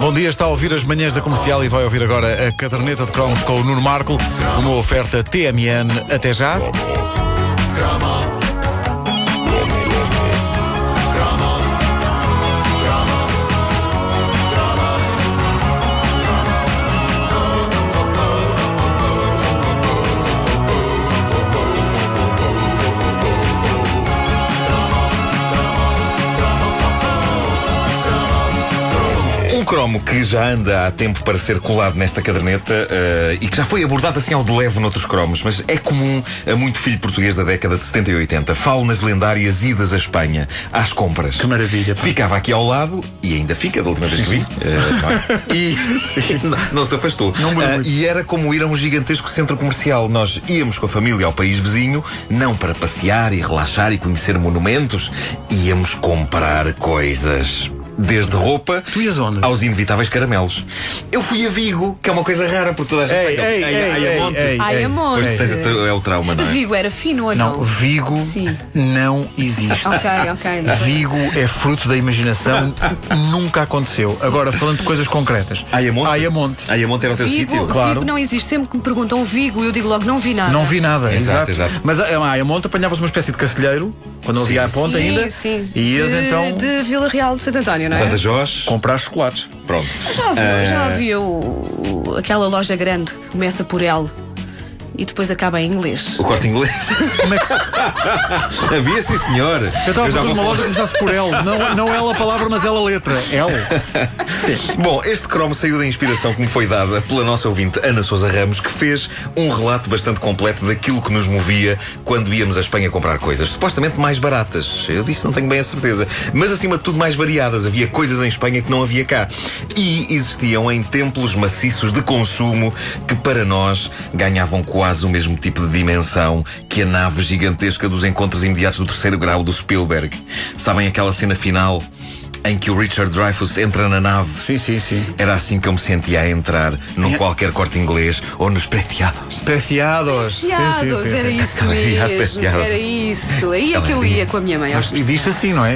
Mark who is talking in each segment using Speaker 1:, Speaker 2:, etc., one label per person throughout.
Speaker 1: Bom dia, está a ouvir as manhãs da comercial e vai ouvir agora a caderneta de cromos com o Nuno Marco, uma oferta TMN. Até já.
Speaker 2: Um cromo que já anda há tempo para ser colado nesta caderneta eh, e que já foi abordado assim ao de leve noutros cromos, mas é comum a muito filho português da década de 70 e 80. Falo nas lendárias idas à Espanha, às compras.
Speaker 3: Que maravilha, pá.
Speaker 2: Ficava aqui ao lado, e ainda fica, da última vez que vi. eh, não é? e não, não se afastou. Ah, e era como ir a um gigantesco centro comercial. Nós íamos com a família ao país vizinho, não para passear e relaxar e conhecer monumentos, íamos comprar coisas. Desde roupa
Speaker 3: Tu ias onde?
Speaker 2: aos inevitáveis caramelos. Eu fui a Vigo, que é uma coisa rara, porque toda a gente.
Speaker 1: Ei, ei, ei, ei, ei,
Speaker 4: Ai,
Speaker 1: ei.
Speaker 4: amor.
Speaker 2: Pois tens o teu- é o trauma, não
Speaker 4: Mas
Speaker 2: é?
Speaker 4: Vigo era fino ou não?
Speaker 1: Não, Vigo é
Speaker 4: Sim.
Speaker 1: não existe.
Speaker 4: Ok, ok. não foi.
Speaker 1: Vigo é fruto da imaginação, nunca aconteceu. Agora, falando de coisas concretas.
Speaker 2: Ayamonte?
Speaker 1: Ayamonte.
Speaker 2: Ayamonte era o teu
Speaker 4: Vigo,
Speaker 2: sítio?
Speaker 1: claro.
Speaker 4: Vigo não existe. Sempre que me perguntam Vigo, eu digo logo não vi nada.
Speaker 1: Não vi nada,
Speaker 2: Exato,
Speaker 1: exato.
Speaker 2: exato.
Speaker 1: Mas eh, a, a Ayamonte apanhava-se uma espécie de cacilheiro, quando não havia a ponta
Speaker 4: sim,
Speaker 1: ainda.
Speaker 4: Sim.
Speaker 1: E ias
Speaker 4: de,
Speaker 1: então
Speaker 4: De Vila Real de Santo António, não é?
Speaker 2: Badajoz?
Speaker 1: comprar chocolates.
Speaker 2: Pronto.
Speaker 4: Já viu, já viu o- aquela loja grande que começa por L e depois acaba em inglês?
Speaker 2: O corte inglês. é Havia, sim, senhor.
Speaker 1: Eu estava a
Speaker 2: já
Speaker 1: procurar
Speaker 2: vou
Speaker 1: uma
Speaker 2: falar.
Speaker 1: loja que começasse por L. Não, não ela a palavra, mas ela a letra. L.
Speaker 2: Bom, este cromo saiu da inspiração que me foi dada pela nossa ouvinte Ana Sousa Ramos, que fez um relato bastante completo daquilo que nos movia quando íamos à Espanha comprar coisas, supostamente mais baratas. Eu disse, não tenho bem a certeza. Mas acima de tudo, mais variadas. Havia coisas em Espanha que não havia cá. E existiam em templos maciços de consumo que, para nós, ganhavam quase o mesmo tipo de dimensão que a nave gigantesca dos encontros imediatos do terceiro grau do Spielberg. Sabem aquela cena final? Em que o Richard Dreyfuss entra na nave
Speaker 1: Sim, sim, sim.
Speaker 2: era assim que eu me sentia a entrar num
Speaker 4: É.
Speaker 2: qualquer corte inglês ou nos prateados.
Speaker 1: Preciados. Sim, sim,
Speaker 4: Piados,
Speaker 1: sim.
Speaker 4: era
Speaker 1: sim.
Speaker 4: isso
Speaker 2: Piados,
Speaker 4: mesmo,
Speaker 2: piados.
Speaker 4: era isso. Aí é que eu ia com a minha mãe. aos
Speaker 1: Mas diz-se assim, não é?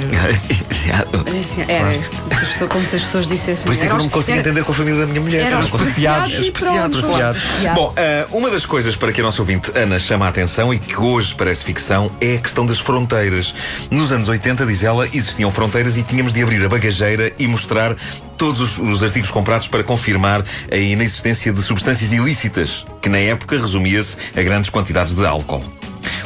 Speaker 4: Era, as pessoas- como se as pessoas dissessem.
Speaker 2: Por isso é que eu
Speaker 4: era
Speaker 2: não me
Speaker 4: os-
Speaker 2: consigo
Speaker 4: era-
Speaker 2: entender com a família da minha mulher.
Speaker 4: Era
Speaker 2: Eu não
Speaker 4: os
Speaker 2: consigo-
Speaker 4: preciados e
Speaker 2: Preciados,
Speaker 4: pronto.
Speaker 2: preciados.
Speaker 4: Preciados.
Speaker 2: Bom, ah, uma das coisas para que a nossa ouvinte Ana chama a atenção e que hoje parece ficção é a questão das fronteiras. Nos anos 80, diz ela, existiam fronteiras e tínhamos de abrir a bagageira e mostrar todos os, os artigos comprados para confirmar a inexistência de substâncias ilícitas, que na época resumia-se a grandes quantidades de álcool.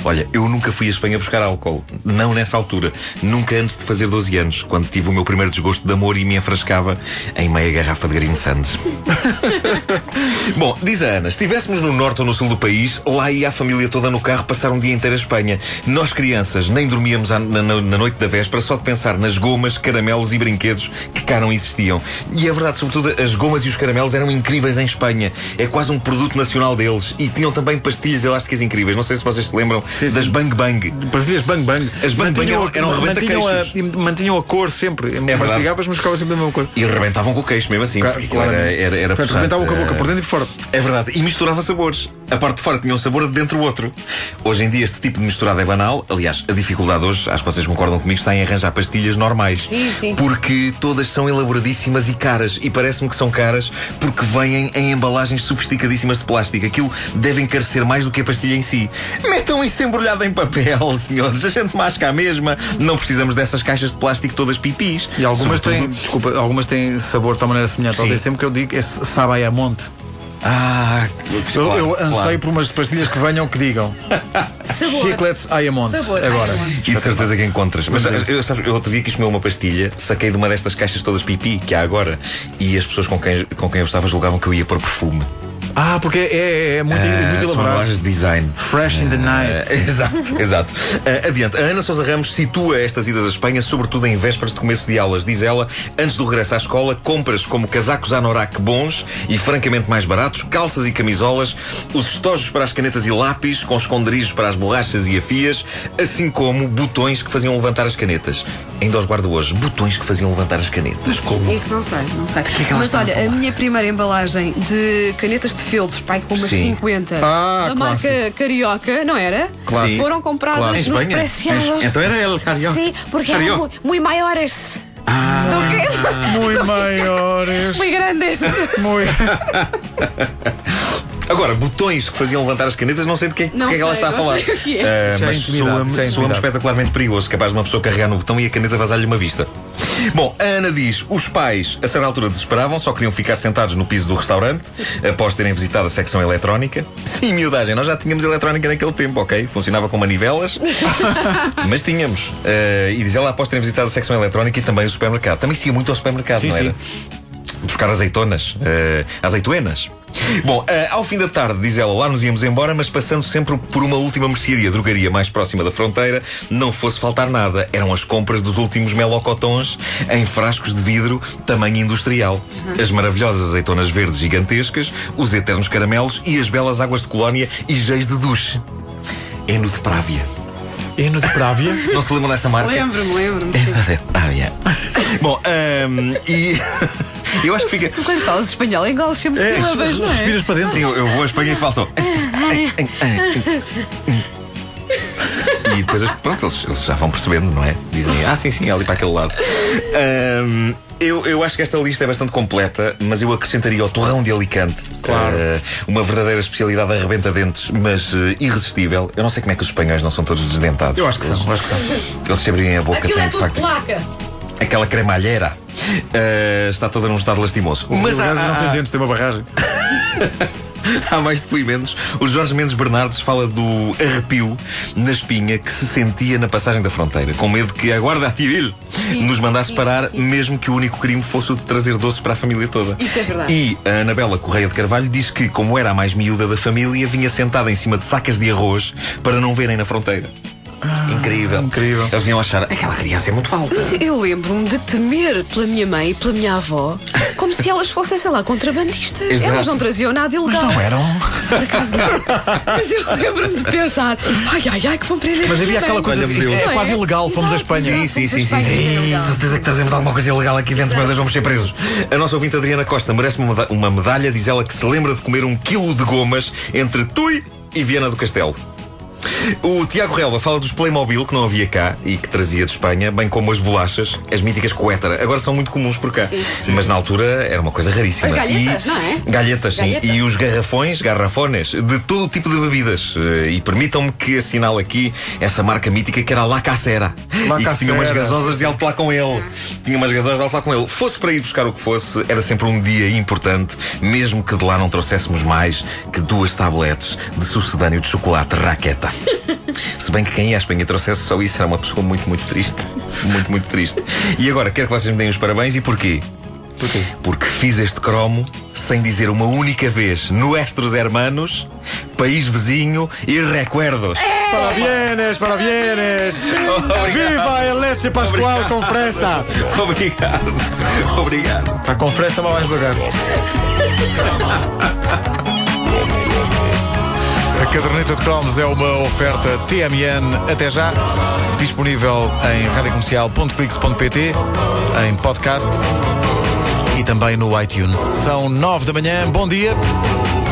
Speaker 2: Olha, eu nunca fui à Espanha buscar álcool. Não nessa altura. Nunca antes de fazer 12 anos, quando tive o meu primeiro desgosto de amor e me enfrascava em meia garrafa de Green Sands. Bom, diz a Ana, se estivéssemos no norte ou no sul do país, lá ia a família toda no carro passar um dia inteiro a Espanha. Nós, crianças, nem dormíamos à- na, na- na noite da véspera só de pensar nas gomas, caramelos e brinquedos que cá não existiam. E a verdade, sobretudo, as gomas e os caramelos eram incríveis em Espanha. É quase um produto nacional deles. E tinham também pastilhas elásticas incríveis. Não sei se vocês se lembram
Speaker 1: Sim, sim.
Speaker 2: das Bang Bang.
Speaker 1: Brasílias bang bang.
Speaker 2: As bang bang
Speaker 1: Mantinham
Speaker 2: eram- eram
Speaker 1: a- mantinham a,
Speaker 2: rebenta-queixos.
Speaker 1: e mantinham a cor sempre. mas
Speaker 2: É verdade.
Speaker 1: ligavas, mas ficava sempre a mesma cor.
Speaker 2: E rebentavam com o queixo mesmo assim. porque aquilo era,
Speaker 1: claramente.
Speaker 2: era, era
Speaker 1: Portanto,
Speaker 2: possante.
Speaker 1: rebentava com a boca
Speaker 2: Eh,
Speaker 1: por dentro e por fora.
Speaker 2: É verdade, e misturava sabores. A parte de fora tinha um sabor, a de dentro outro. Hoje em dia este tipo de misturado é banal. Aliás, a dificuldade hoje, acho que vocês concordam comigo, está em arranjar pastilhas normais.
Speaker 4: Sim, sim.
Speaker 2: Porque todas são elaboradíssimas e caras. E parece-me que são caras porque vêm em embalagens sofisticadíssimas de plástico. Aquilo deve encarecer mais do que a pastilha em si. Metam isso embrulhado em papel, senhores. A gente masca a mesma. Não precisamos dessas caixas de plástico todas pipis.
Speaker 1: E algumas têm,
Speaker 2: Sobretudo-
Speaker 1: desculpa, algumas têm sabor de tal maneira semelhante ao
Speaker 2: Sim.
Speaker 1: DSM que eu digo é sabe a monte.
Speaker 2: Ah,
Speaker 1: Eu,
Speaker 2: claro,
Speaker 1: eu anseio
Speaker 2: claro.
Speaker 1: por umas pastilhas que venham que digam
Speaker 4: Sabor.
Speaker 1: chicletes Ayamonte. É-
Speaker 4: Sabor
Speaker 1: Agora.
Speaker 4: Ayamonte.
Speaker 2: E de certeza que encontras. Mas
Speaker 1: Mas é
Speaker 2: eu, sabes, eu outro dia quis comer uma pastilha, saquei de uma destas caixas todas pipi que há agora e as pessoas com quem, com quem eu estava julgavam que eu ia pôr perfume.
Speaker 1: Ah, porque é, é- é muito, é muito
Speaker 2: Ah, são
Speaker 1: elaborado.
Speaker 2: embalagens de design.
Speaker 1: Fresh in the
Speaker 2: Ah,
Speaker 1: night.
Speaker 2: exato, exato. Ah, adiante, a Ana Sousa Ramos situa estas idas à Espanha, sobretudo em vésperas de começo de aulas. Diz ela, antes do regresso à escola, compras como casacos anorak bons e francamente mais baratos, calças e camisolas, os estojos para as canetas e lápis, com esconderijos para as borrachas e afias, assim como botões que faziam levantar as canetas. Ainda os guardo hoje, botões que faziam levantar as canetas. Como?
Speaker 4: Isso não sei, não sei.
Speaker 2: que é que ela
Speaker 4: Mas
Speaker 2: está a
Speaker 4: olha, a
Speaker 2: falar?
Speaker 4: minha primeira embalagem de canetas de feltro, pai, com umas
Speaker 2: Sim.
Speaker 4: 50,
Speaker 1: Ah,
Speaker 4: da
Speaker 1: clássico.
Speaker 4: marca Carioca, não era?
Speaker 2: Claro.
Speaker 4: Foram
Speaker 2: Claro.
Speaker 4: compradas
Speaker 2: Em
Speaker 4: nos
Speaker 2: Espanha?
Speaker 4: preciados.
Speaker 2: Então era ele, Carioca. Ah.
Speaker 4: Sim, porque eram
Speaker 2: Carioca.
Speaker 4: muito maiores. Então, o quê?
Speaker 1: é Muito maiores.
Speaker 4: Muito grandes.
Speaker 1: Muito.
Speaker 2: Agora, botões que faziam levantar as canetas, não sei de que, o que
Speaker 4: Não
Speaker 2: é que ela
Speaker 4: sei,
Speaker 2: está a
Speaker 4: não
Speaker 2: falar.
Speaker 4: sei o que é.
Speaker 2: Ah,
Speaker 3: Isso é
Speaker 2: mas
Speaker 3: intimidade,
Speaker 2: soa-me
Speaker 3: isso é
Speaker 2: soa-me
Speaker 3: intimidade.
Speaker 2: espetacularmente perigoso, capaz de uma pessoa carregar no botão e a caneta vazar-lhe uma vista. Bom, a Ana diz: os pais, a certa altura, desesperavam, só queriam ficar sentados no piso do restaurante após terem visitado a secção eletrónica. Sim, miudagem, nós já tínhamos eletrónica naquele tempo, ok? Funcionava com manivelas, mas tínhamos. Ah, e diz ela: após terem visitado a secção eletrónica e também o supermercado. Também se ia muito ao supermercado,
Speaker 1: Sim,
Speaker 2: não era?
Speaker 1: sim.
Speaker 2: buscar azeitonas, eh, azeitoenas. Bom, eh, ao fim da tarde, diz ela, lá nos íamos embora, mas passando sempre por uma última mercearia, drogaria mais próxima da fronteira, não fosse faltar nada. Eram as compras dos últimos melocotons em frascos de vidro, tamanho industrial. As maravilhosas azeitonas verdes gigantescas, os eternos caramelos e as belas águas de colónia e geis de duche. Eno de Právia.
Speaker 3: Eno de Právia.
Speaker 2: Não se lembram dessa marca? É
Speaker 4: Lembro-me, lembro-me. sim.
Speaker 2: Eno de Právia. Bom, ahm, e... Eu acho que fica...
Speaker 4: Tu quando falas Um espanhol, engoles sempre sílabas, não é?
Speaker 1: Respiras para dentro.
Speaker 2: Sim, eu, eu vou a Espanha e faço. E depois, eles- pronto, eles, eles já vão percebendo, não é? Dizem, ah, sim, sim, é ali para aquele lado. Ahm, eu, eu acho que esta lista é bastante completa, mas eu acrescentaria o torrão de Alicante.
Speaker 1: Claro.
Speaker 2: Ah, uma verdadeira especialidade arrebenta-dentes, mas eh, irresistível. Eu não sei como é que os espanhóis não são todos desdentados.
Speaker 3: Eu acho que
Speaker 2: Eles-
Speaker 3: são, acho que são.
Speaker 2: Eles se abrirem a boca,
Speaker 4: Aquilo
Speaker 2: têm
Speaker 4: é
Speaker 2: de
Speaker 4: tudo
Speaker 2: facto
Speaker 4: placa.
Speaker 2: aquela cremalheira. Ah, está toda num estado lastimoso.
Speaker 1: Mas
Speaker 2: há-
Speaker 1: não
Speaker 2: há-
Speaker 1: tem dentes, tem uma barragem.
Speaker 2: Há mais depoimentos. O Jorge Mendes Bernardes fala do arrepio na espinha que se sentia na passagem da fronteira, com medo que a Guarda Civil
Speaker 4: Sim,
Speaker 2: nos mandasse
Speaker 4: sim,
Speaker 2: parar,
Speaker 4: sim.
Speaker 2: mesmo que o único crime fosse o de trazer doces para a família toda.
Speaker 4: Isso é verdade.
Speaker 2: E a Anabela Correia de Carvalho diz que, como era a mais miúda da família, vinha sentada em cima de sacas de arroz para não verem na fronteira. Ah, incrível.
Speaker 1: incrível.
Speaker 2: Eles vinham achar aquela criança é muito alta.
Speaker 4: Mas eu lembro-me de temer pela minha mãe e pela minha avó, como se elas fossem, sei lá, contrabandistas.
Speaker 2: Exato.
Speaker 4: Elas não traziam nada ilegal.
Speaker 2: Não é. eram?
Speaker 4: Por acaso não. Mas eu lembro-me de pensar, ai, ai, ai, que vão prender.
Speaker 1: Mas havia aquela coisa de
Speaker 2: Olha-me
Speaker 1: isto
Speaker 2: Deus.
Speaker 1: é
Speaker 4: Não
Speaker 1: quase ilegal, fomos à
Speaker 4: Exato,
Speaker 1: Espanha.
Speaker 4: exato,
Speaker 2: Sim, sim,
Speaker 4: fomos
Speaker 2: sim,
Speaker 4: à
Speaker 2: sim,
Speaker 4: Espanha, é ilegal.
Speaker 2: certeza que trazemos alguma coisa ilegal aqui dentro, mas nós vamos ser presos. A nossa ouvinte Adriana Costa merece uma, meda- uma medalha, diz ela que se lembra de comer um quilo de gomas entre Tui e Viana do Castelo. O Tiago Relva fala dos Playmobil que não havia cá e que trazia de Espanha, bem como as bolachas, as míticas coétara. Agora são muito comuns por cá,
Speaker 4: Sim.
Speaker 2: mas na altura era uma coisa raríssima.
Speaker 4: As galhetas,
Speaker 2: E-
Speaker 4: não é?
Speaker 2: Galhetas, sim.
Speaker 4: Galhetas.
Speaker 2: E os garrafões, garrafones, de todo o tipo de bebidas. Eh, E permitam-me que assinale aqui essa marca mítica que era a La Cacera.
Speaker 1: La
Speaker 2: e que tinha umas
Speaker 1: Cacera.
Speaker 2: gasosas de alto lá com ele. Tinha umas gasosas de alto lá com ele. Fosse para ir buscar o que fosse, era sempre um dia importante, mesmo que de lá não trouxéssemos mais que duas tabletes de sucedâneo de chocolate raqueta. Se bem que quem ia à Espanha trouxesse só isso era uma pessoa muito, muito triste. Muito, muito triste. E agora, quero que vocês me deem os parabéns e porquê?
Speaker 3: Porquê?
Speaker 2: Porque fiz este cromo sem dizer uma única vez Nuestros Hermanos, País Vizinho e Recuerdos.
Speaker 1: É. Parabienes, parabienes. Viva a Leche Pascual com França.
Speaker 2: Obrigado. Obrigado.
Speaker 1: Está Tá com França, mas mais devagar. A caderneta de cromos é uma oferta TMN até já. Disponível em radiocomercial.clix.pt, em podcast e também no iTunes. São nove da manhã. Bom dia.